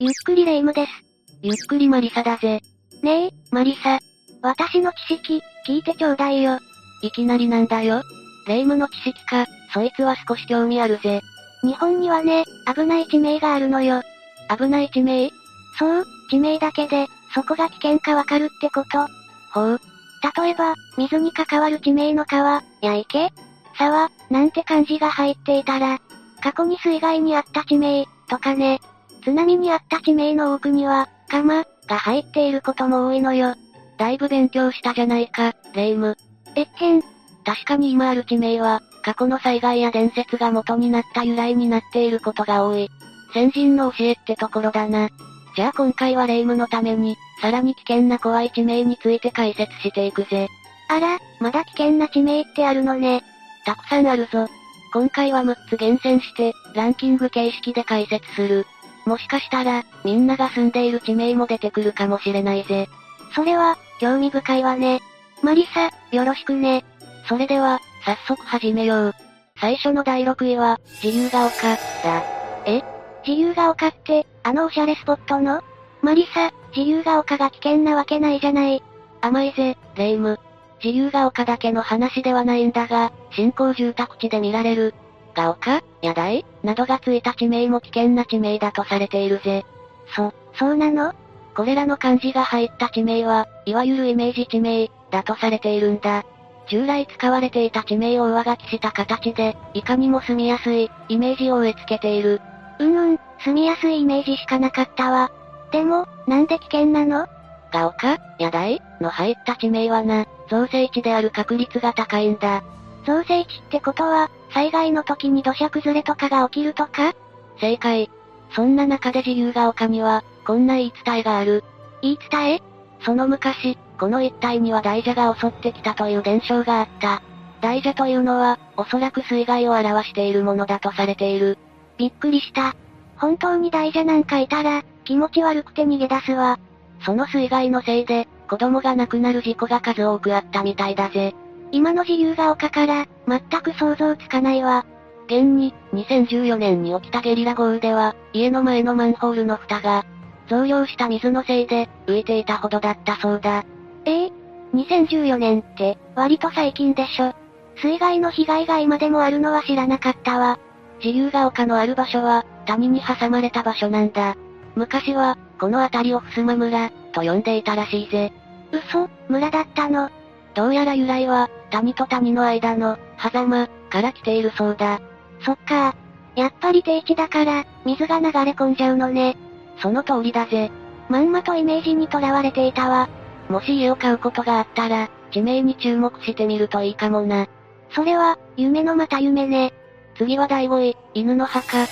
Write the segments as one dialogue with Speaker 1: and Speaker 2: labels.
Speaker 1: ゆっくりレ夢ムです。
Speaker 2: ゆっくりマリサだぜ。
Speaker 1: ねえ、マリサ。私の知識、聞いてちょうだいよ。
Speaker 2: いきなりなんだよ。霊夢の知識か、そいつは少し興味あるぜ。
Speaker 1: 日本にはね、危ない地名があるのよ。
Speaker 2: 危ない地名
Speaker 1: そう、地名だけで、そこが危険かわかるってこと。
Speaker 2: ほう、
Speaker 1: 例えば、水に関わる地名の川、や池沢、なんて漢字が入っていたら、過去に水害にあった地名、とかね。津波にあった地名の多くには、かま、が入っていることも多いのよ。
Speaker 2: だいぶ勉強したじゃないか、霊夢。
Speaker 1: えっへん、
Speaker 2: 確かに今ある地名は、過去の災害や伝説が元になった由来になっていることが多い。先人の教えってところだな。じゃあ今回は霊夢のために、さらに危険な怖い地名について解説していくぜ。
Speaker 1: あら、まだ危険な地名ってあるのね。
Speaker 2: たくさんあるぞ。今回は6つ厳選して、ランキング形式で解説する。もしかしたら、みんなが住んでいる地名も出てくるかもしれないぜ。
Speaker 1: それは、興味深いわね。マリサ、よろしくね。
Speaker 2: それでは、早速始めよう。最初の第6位は、自由が丘、だ。
Speaker 1: 自由が丘って、あのおしゃれスポットのマリサ、自由が丘が危険なわけないじゃない。
Speaker 2: 甘いぜ、霊夢。自由が丘だけの話ではないんだが、新興住宅地で見られる、が丘、や台、などがついた地名も危険な地名だとされているぜ。
Speaker 1: そ、そうなの
Speaker 2: これらの漢字が入った地名は、いわゆるイメージ地名、だとされているんだ。従来使われていた地名を上書きした形で、いかにも住みやすい、イメージを植え付けている。
Speaker 1: うんうん、住みやすいイメージしかなかったわ。でも、なんで危険なの
Speaker 2: が丘、や台、の入った地名はな、造成地である確率が高いんだ。
Speaker 1: 造成地ってことは、災害の時に土砂崩れとかが起きるとか
Speaker 2: 正解。そんな中で自由が丘には、こんな言い伝えがある。
Speaker 1: 言い伝え
Speaker 2: その昔、この一帯には大蛇が襲ってきたという伝承があった。大蛇というのは、おそらく水害を表しているものだとされている。
Speaker 1: びっくりした。本当に大蛇なんかいたら、気持ち悪くて逃げ出すわ。
Speaker 2: その水害のせいで、子供が亡くなる事故が数多くあったみたいだぜ。
Speaker 1: 今の自由が丘から、全く想像つかないわ。
Speaker 2: 現に、2014年に起きたゲリラ豪雨では、家の前のマンホールの蓋が、増量した水のせいで、浮いていたほどだったそうだ。
Speaker 1: ええ2014年って、割と最近でしょ。水害の被害が今でもあるのは知らなかったわ。
Speaker 2: 自由が丘のある場所は、谷に挟まれた場所なんだ。昔は、この辺りをふすま村、と呼んでいたらしいぜ。
Speaker 1: 嘘、村だったの。
Speaker 2: どうやら由来は、谷と谷の間の、狭間、から来ているそうだ。
Speaker 1: そっか。やっぱり低地だから、水が流れ込んじゃうのね。
Speaker 2: その通りだぜ。
Speaker 1: まんまとイメージにとらわれていたわ。
Speaker 2: もし家を買うことがあったら、地名に注目してみるといいかもな。
Speaker 1: それは、夢のまた夢ね。
Speaker 2: 次は第5位、犬の墓、だ。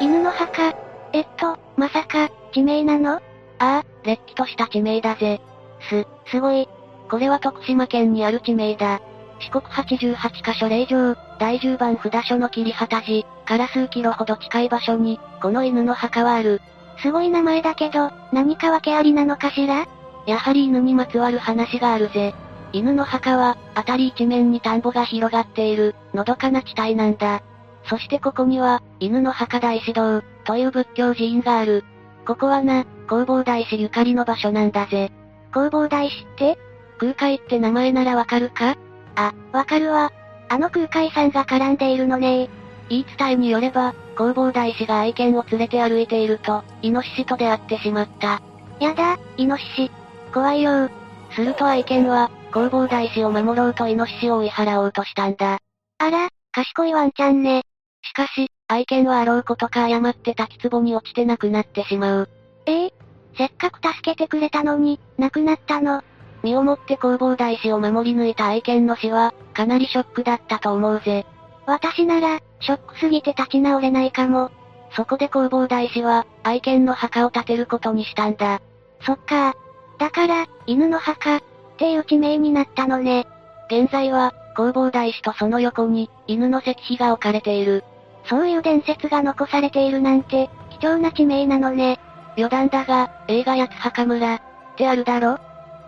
Speaker 1: 犬の墓。えっと、まさか、地名なの
Speaker 2: ああ、れっきとした地名だぜ。
Speaker 1: す、すごい。
Speaker 2: これは徳島県にある地名だ。四国88カ所霊場、第10番札所の切り旗寺から数キロほど近い場所に、この犬の墓はある。
Speaker 1: すごい名前だけど、何か訳ありなのかしら
Speaker 2: やはり犬にまつわる話があるぜ。犬の墓は、辺り一面に田んぼが広がっている、のどかな地帯なんだ。そしてここには、犬の墓大師堂、という仏教寺院がある。ここはな、弘法大師ゆかりの場所なんだぜ。
Speaker 1: 工房大師って
Speaker 2: 空海って名前ならわかるか
Speaker 1: あ、わかるわ。あの空海さんが絡んでいるのね
Speaker 2: 言い伝えによれば、弘法大師が愛犬を連れて歩いていると、イノシシと出会ってしまった。
Speaker 1: やだ、イノシシ。怖いよ。
Speaker 2: すると愛犬は、弘法大師を守ろうとイノシシを追い払おうとしたんだ。
Speaker 1: あら、賢いワンちゃんね。
Speaker 2: しかし、愛犬はあろうことか誤って滝壺に落ちて亡くなってしまう。
Speaker 1: ええせっかく助けてくれたのに、亡くなったの。
Speaker 2: 身をもって弘法大師を守り抜いた愛犬の死は、かなりショックだったと思うぜ。
Speaker 1: 私なら、ショックすぎて立ち直れないかも。
Speaker 2: そこで弘法大師は、愛犬の墓を建てることにしたんだ。
Speaker 1: そっか。だから、犬の墓、っていう地名になったのね。
Speaker 2: 現在は、弘法大師とその横に、犬の石碑が置かれている。
Speaker 1: そういう伝説が残されているなんて、貴重な地名なのね。
Speaker 2: 余談だが、映画八つ墓村、ってあるだろ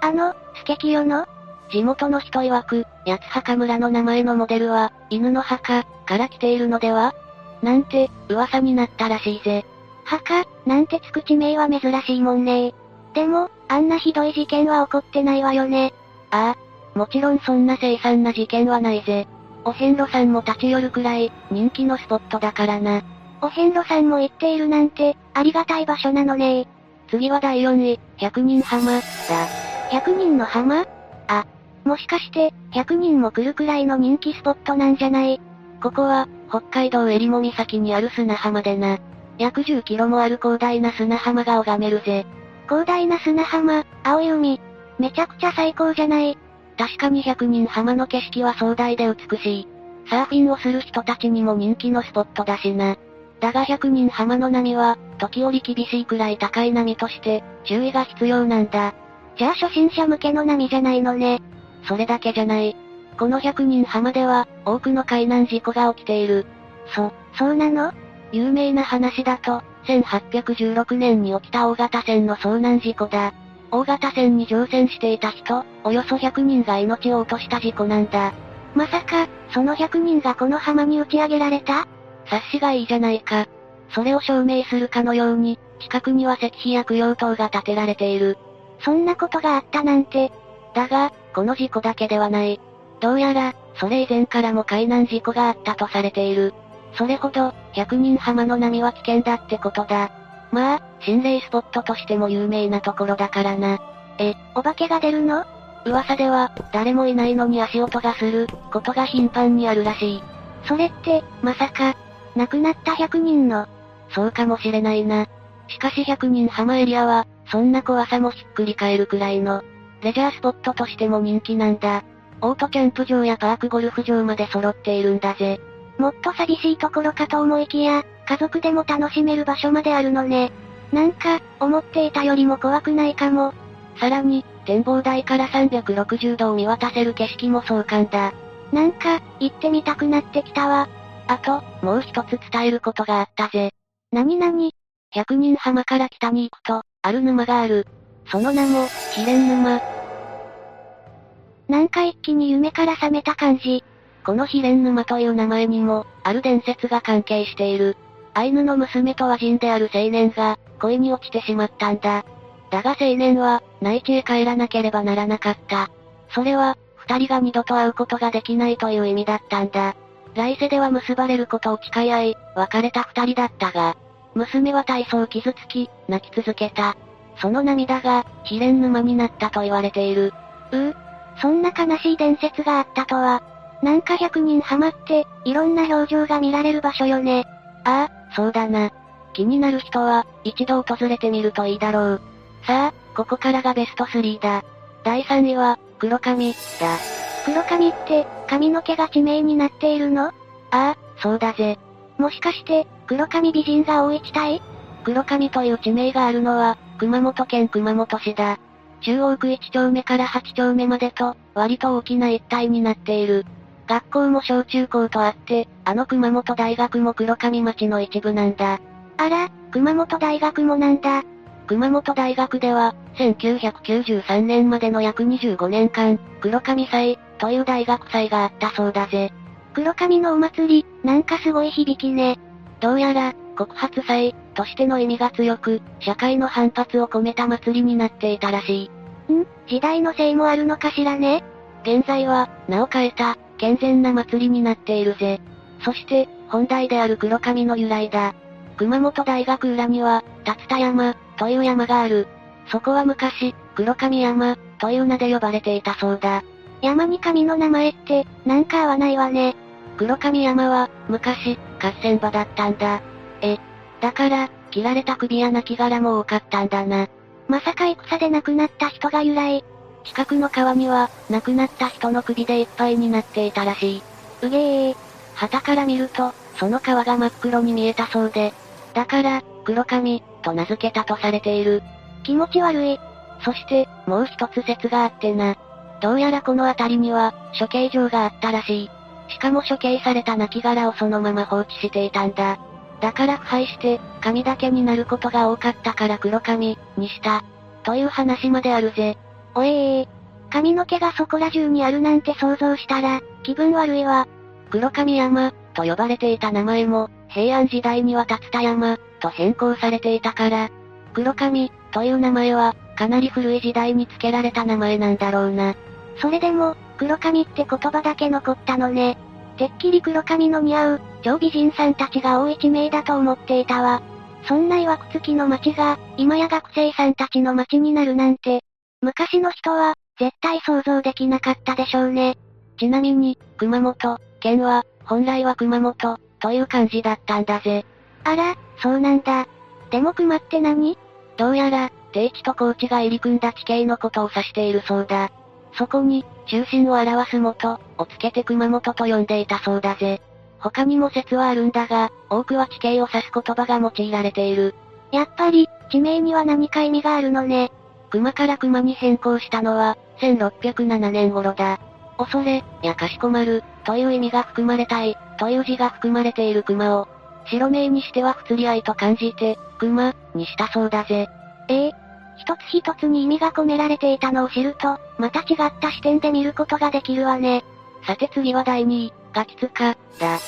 Speaker 1: あの、スケキヨの
Speaker 2: 地元の人曰く、八つ墓村の名前のモデルは、犬の墓、から来ているのではなんて、噂になったらしいぜ。
Speaker 1: 墓、なんてつく地名は珍しいもんねでも、あんなひどい事件は起こってないわよね。
Speaker 2: ああ、もちろんそんな凄惨な事件はないぜ。お遍路さんも立ち寄るくらい、人気のスポットだからな。
Speaker 1: お遍路さんも行っているなんて、ありがたい場所なのね
Speaker 2: 次は第4位、100人浜、だ。
Speaker 1: 100人の浜あ、もしかして、100人も来るくらいの人気スポットなんじゃない
Speaker 2: ここは、北海道襟裳岬にある砂浜でな。約10キロもある広大な砂浜が拝めるぜ。
Speaker 1: 広大な砂浜、青い海。めちゃくちゃ最高じゃない。
Speaker 2: 確かに100人浜の景色は壮大で美しい。サーフィンをする人たちにも人気のスポットだしな。だが100人浜の波は、時折厳しいくらい高い波として、注意が必要なんだ。
Speaker 1: じゃあ初心者向けの波じゃないのね。
Speaker 2: それだけじゃない。この100人浜では、多くの海難事故が起きている。そ、
Speaker 1: そうなの
Speaker 2: 有名な話だと、1816年に起きた大型船の遭難事故だ。大型船に乗船していた人、およそ100人が命を落とした事故なんだ。
Speaker 1: まさか、その100人がこの浜に打ち上げられた
Speaker 2: 察しがいいじゃないか。それを証明するかのように、近くには石碑や供養塔が建てられている。
Speaker 1: そんなことがあったなんて、
Speaker 2: だが、この事故だけではない。どうやら、それ以前からも海難事故があったとされている。それほど、百人浜の波は危険だってことだ。まあ、心霊スポットとしても有名なところだからな。
Speaker 1: え、お化けが出るの
Speaker 2: 噂では、誰もいないのに足音がする、ことが頻繁にあるらしい。
Speaker 1: それって、まさか、亡くなった100人の、
Speaker 2: そうかもしれないな。しかし100人浜エリアは、そんな怖さもひっくり返るくらいの、レジャースポットとしても人気なんだ。オートキャンプ場やパークゴルフ場まで揃っているんだぜ。
Speaker 1: もっと寂しいところかと思いきや、家族でも楽しめる場所まであるのね。なんか、思っていたよりも怖くないかも。
Speaker 2: さらに、展望台から360度を見渡せる景色も壮観だ。
Speaker 1: なんか、行ってみたくなってきたわ。
Speaker 2: あと、もう一つ伝えることがあったぜ。
Speaker 1: なになに
Speaker 2: 百人浜から北に行くと、ある沼がある。その名も、秘伝沼。
Speaker 1: なんか一気に夢から覚めた感じ。
Speaker 2: この秘伝沼という名前にも、ある伝説が関係している。アイヌの娘と和人である青年が、恋に落ちてしまったんだ。だが青年は、内地へ帰らなければならなかった。それは、二人が二度と会うことができないという意味だったんだ。来世では結ばれることを誓い合い、別れた二人だったが、娘は体操を傷つき、泣き続けた。その涙が、秘伝沼になったと言われている。
Speaker 1: そんな悲しい伝説があったとは。なんか100人ハマって、いろんな表情が見られる場所よね。
Speaker 2: ああ、そうだな。気になる人は、一度訪れてみるといいだろう。さあ、ここからがベスト3だ。第3位は、黒髪、だ。
Speaker 1: 黒髪って、髪の毛が地名になっているの
Speaker 2: ああ、そうだぜ。
Speaker 1: もしかして、黒髪美人が多い地帯
Speaker 2: 黒髪という地名があるのは、熊本県熊本市だ。中央区1丁目から8丁目までと、割と大きな一帯になっている。学校も小中高とあって、あの熊本大学も黒髪町の一部なんだ。
Speaker 1: あら、熊本大学もなんだ。
Speaker 2: 熊本大学では、1993年までの約25年間、黒髪祭、という大学祭があったそうだぜ。
Speaker 1: 黒髪のお祭り、なんかすごい響きね。
Speaker 2: どうやら、告発祭、としての意味が強く、社会の反発を込めた祭りになっていたらしい。
Speaker 1: 時代のせいもあるのかしらね。
Speaker 2: 現在は、名を変えた、健全な祭りになっているぜ。そして、本題である黒髪の由来だ。熊本大学裏には、竜田山、という山がある。そこは昔、黒髪山、という名で呼ばれていたそうだ。
Speaker 1: 山に髪の名前って、なんか合わないわね。
Speaker 2: 黒髪山は、昔、合戦場だったんだ。え、だから、切られた首や亡骸も多かったんだな。
Speaker 1: まさか戦で亡くなった人が由来。
Speaker 2: 近くの川には、亡くなった人の首でいっぱいになっていたらしい。
Speaker 1: うげえ。
Speaker 2: 旗から見ると、その川が真っ黒に見えたそうで。だから、黒髪、と名付けたとされている。
Speaker 1: 気持ち悪い。
Speaker 2: そして、もう一つ説があってな。どうやらこの辺りには、処刑場があったらしい。しかも処刑された亡骸をそのまま放置していたんだ。だから腐敗して、髪だけになることが多かったから黒髪、にした。という話まであるぜ。
Speaker 1: おええ。髪の毛がそこら中にあるなんて想像したら、気分悪いわ。
Speaker 2: 黒髪山、と呼ばれていた名前も、平安時代には竜田山、と変更されていたから、黒髪という名前は、かなり古い時代に付けられた名前なんだろうな。
Speaker 1: それでも、黒髪って言葉だけ残ったのね。てっきり黒髪の似合う、超美人さんたちが多い地名だと思っていたわ。そんな曰くつきの街が、今や学生さんたちの街になるなんて、昔の人は、絶対想像できなかったでしょうね。
Speaker 2: ちなみに、熊本、県は、本来は熊本、という漢字だったんだぜ。
Speaker 1: あら、そうなんだ。でも熊って何
Speaker 2: どうやら、低地と高地が入り組んだ地形のことを指しているそうだ。そこに、中心を表す元、をつけて熊本と呼んでいたそうだぜ。他にも説はあるんだが、多くは地形を指す言葉が用いられている。
Speaker 1: やっぱり、地名には何か意味があるのね。
Speaker 2: 熊から熊に変更したのは、1607年頃だ。恐れ、やかしこまる、という意味が含まれたい、という字が含まれている熊を、白名にしては不釣り合いと感じて、熊、にしたそうだぜ。
Speaker 1: ええ一つ一つに意味が込められていたのを知ると、また違った視点で見ることができるわね。
Speaker 2: さて次は第2位、ガキツカ、だ。
Speaker 1: ガキ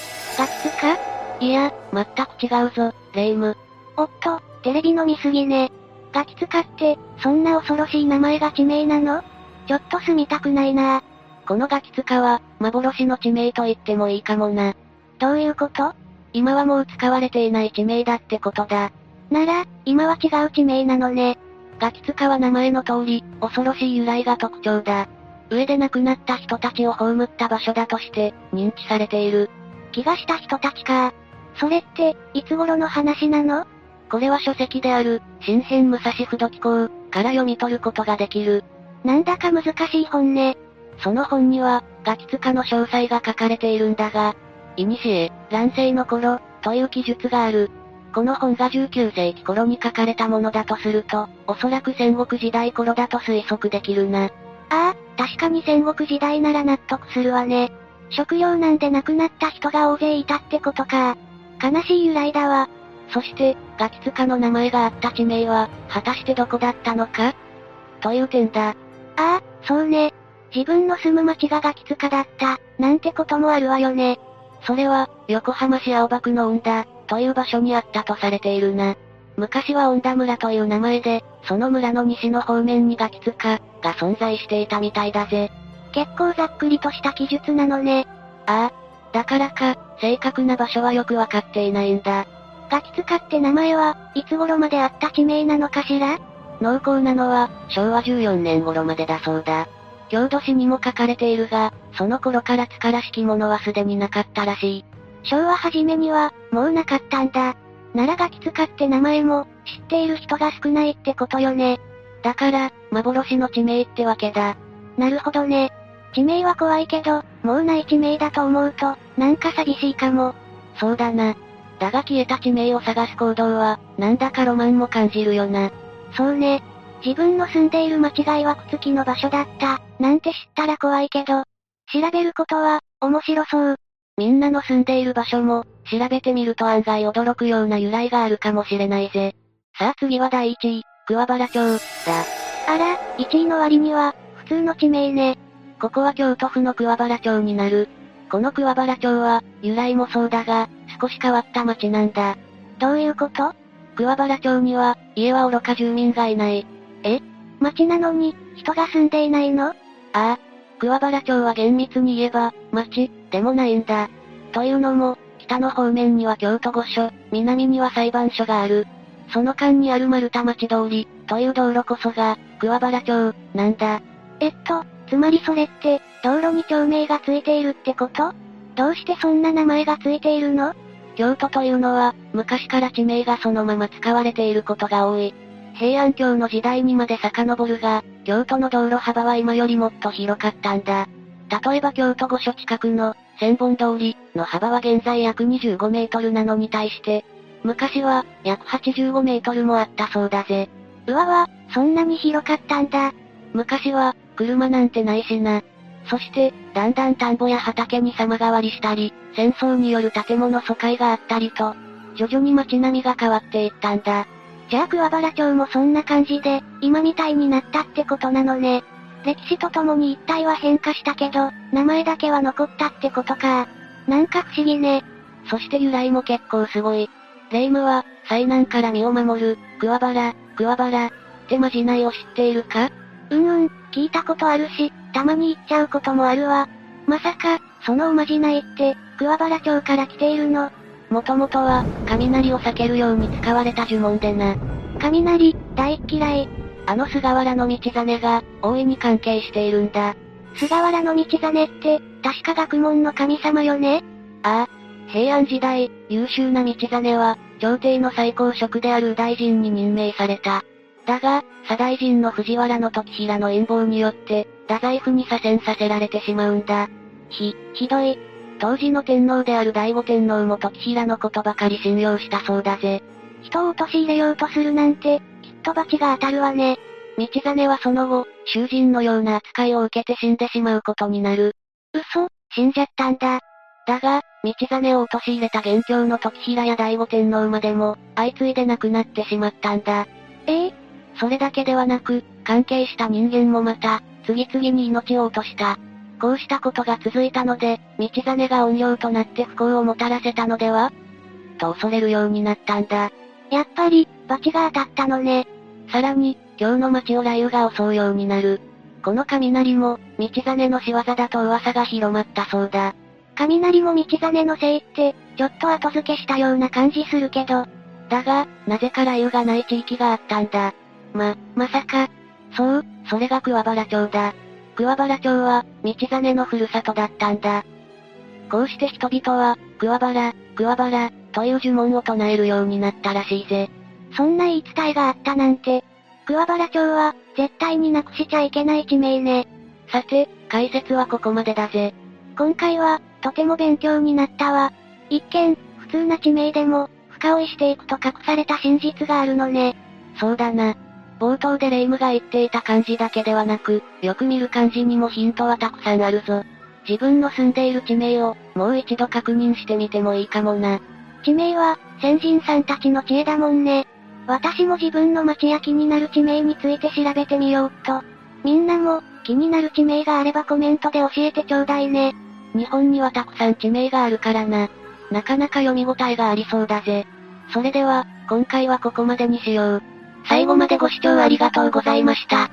Speaker 1: ツカ
Speaker 2: いや、全く違うぞ、レイム。
Speaker 1: おっと、テレビの見すぎね。ガキツカって、そんな恐ろしい名前が地名なのちょっと住みたくないな
Speaker 2: このガキツカは、幻の地名と言ってもいいかもな。
Speaker 1: どういうこと
Speaker 2: 今はもう使われていない地名だってことだ。
Speaker 1: なら、今は違う地名なのね。
Speaker 2: ガキツカは名前の通り、恐ろしい由来が特徴だ。上で亡くなった人たちを葬った場所だとして、認知されている。
Speaker 1: 気がした人たちか。それって、いつ頃の話なの
Speaker 2: これは書籍である、新編武蔵不土紀行から読み取ることができる。
Speaker 1: なんだか難しい本ね。
Speaker 2: その本には、ガキツカの詳細が書かれているんだが、いにしえ、乱世の頃、という記述がある。この本が19世紀頃に書かれたものだとすると、おそらく戦国時代頃だと推測できるな。
Speaker 1: ああ、確かに戦国時代なら納得するわね。食料なんで亡くなった人が大勢いたってことか。悲しい由来だわ。
Speaker 2: そして、ガキツカの名前があった地名は、果たしてどこだったのかという点だ。あ
Speaker 1: あ、そうね。自分の住む町がガキツカだった、なんてこともあるわよね。
Speaker 2: それは、横浜市青葉区の恩田、という場所にあったとされているな。昔は恩田村という名前で、その村の西の方面にガキツカ、が存在していたみたいだぜ。
Speaker 1: 結構ざっくりとした記述なのね。
Speaker 2: ああ。だからか、正確な場所はよくわかっていないんだ。
Speaker 1: ガキツカって名前は、いつ頃まであった地名なのかしら
Speaker 2: 濃厚なのは、昭和14年頃までだそうだ。郷土史にも書かれているが、その頃から塚らしきものはすでになかったらしい。
Speaker 1: 昭和初めには、もうなかったんだ。ならガキ使って名前も、知っている人が少ないってことよね。
Speaker 2: だから、幻の地名ってわけだ。
Speaker 1: なるほどね。地名は怖いけど、もうない地名だと思うと、なんか寂しいかも。
Speaker 2: そうだな。だが消えた地名を探す行動は、なんだかロマンも感じるよな。
Speaker 1: そうね。自分の住んでいる間違いはくつきの場所だった、なんて知ったら怖いけど、調べることは、面白そう。
Speaker 2: みんなの住んでいる場所も、調べてみると案外驚くような由来があるかもしれないぜ。さあ次は第1位、桑原町、だ。
Speaker 1: あら、1位の割には、普通の地名ね。
Speaker 2: ここは京都府の桑原町になる。この桑原町は、由来もそうだが、少し変わった町なんだ。
Speaker 1: どういうこと
Speaker 2: 桑原町には、家は愚か住民がいない。
Speaker 1: え町なのに、人が住んでいないのあ
Speaker 2: あ、桑原町は厳密に言えば、町、でもないんだ。というのも、北の方面には京都御所、南には裁判所がある。その間にある丸太町通り、という道路こそが、桑原町、なんだ。
Speaker 1: えっと、つまりそれって、道路に町名がついているってことどうしてそんな名前がついているの
Speaker 2: 京都というのは、昔から地名がそのまま使われていることが多い。平安京の時代にまで遡るが、京都の道路幅は今よりもっと広かったんだ。例えば京都御所近くの、千本通りの幅は現在約25メートルなのに対して、昔は約85メートルもあったそうだぜ。
Speaker 1: うわわ、そんなに広かったんだ。
Speaker 2: 昔は、車なんてないしな。そして、だんだん田んぼや畑に様変わりしたり、戦争による建物疎開があったりと、徐々に街並みが変わっていったんだ。
Speaker 1: じゃあ桑原町もそんな感じで、今みたいになったってことなのね。歴史とともに一体は変化したけど、名前だけは残ったってことか。なんか不思議ね。
Speaker 2: そして由来も結構すごい。霊夢は、災難から身を守る、桑原、桑原、ってまじないを知っているか
Speaker 1: うんうん、聞いたことあるし、たまに言っちゃうこともあるわ。まさか、そのおまじないって、桑原町から来ているの。
Speaker 2: もともとは、雷を避けるように使われた呪文でな。
Speaker 1: 雷、大っ嫌い。
Speaker 2: あの菅原の道真が、大いに関係しているんだ。
Speaker 1: 菅原の道真って、確か学問の神様よね
Speaker 2: ああ、平安時代、優秀な道真は、朝廷の最高職である右大臣に任命された。だが、左大臣の藤原の時平の陰謀によって、太宰府に左遷させられてしまうんだ。ひ、ひどい。当時の天皇である醍醐天皇も時平のことばかり信用したそうだぜ。
Speaker 1: 人を陥れようとするなんて、きっと罰が当たるわね。
Speaker 2: 道真はその後、囚人のような扱いを受けて死んでしまうことになる。
Speaker 1: 嘘、死んじゃったんだ。
Speaker 2: だが、道真を陥れた元凶の時平や醍醐天皇までも、相次いで亡くなってしまったんだ。
Speaker 1: ええ
Speaker 2: それだけではなく、関係した人間もまた、次々に命を落とした。こうしたことが続いたので、道真が怨霊となって不幸をもたらせたのではと恐れるようになったんだ。
Speaker 1: やっぱり、罰が当たったのね。
Speaker 2: さらに、今日の町を雷雨が襲うようになる。この雷も、道真の仕業だと噂が広まったそうだ。
Speaker 1: 雷も道真のせいって、ちょっと後付けしたような感じするけど、
Speaker 2: だが、なぜか雷雨がない地域があったんだ。ま、まさか。そう、それが桑原町だ。桑原町は、道真のふるさとだったんだ。こうして人々は、桑原、桑原、という呪文を唱えるようになったらしいぜ。
Speaker 1: そんな言い伝えがあったなんて。桑原町は、絶対になくしちゃいけない地名ね。
Speaker 2: さて、解説はここまでだぜ。
Speaker 1: 今回は、とても勉強になったわ。一見、普通な地名でも、深追いしていくと隠された真実があるのね。
Speaker 2: そうだな。冒頭でレイムが言っていた漢字だけではなく、よく見る漢字にもヒントはたくさんあるぞ。自分の住んでいる地名を、もう一度確認してみてもいいかもな。
Speaker 1: 地名は、先人さんたちの知恵だもんね。私も自分の町や気になる地名について調べてみようっと。みんなも、気になる地名があればコメントで教えてちょうだいね。
Speaker 2: 日本にはたくさん地名があるからな。なかなか読み応えがありそうだぜ。それでは、今回はここまでにしよう。最後までご視聴ありがとうございました。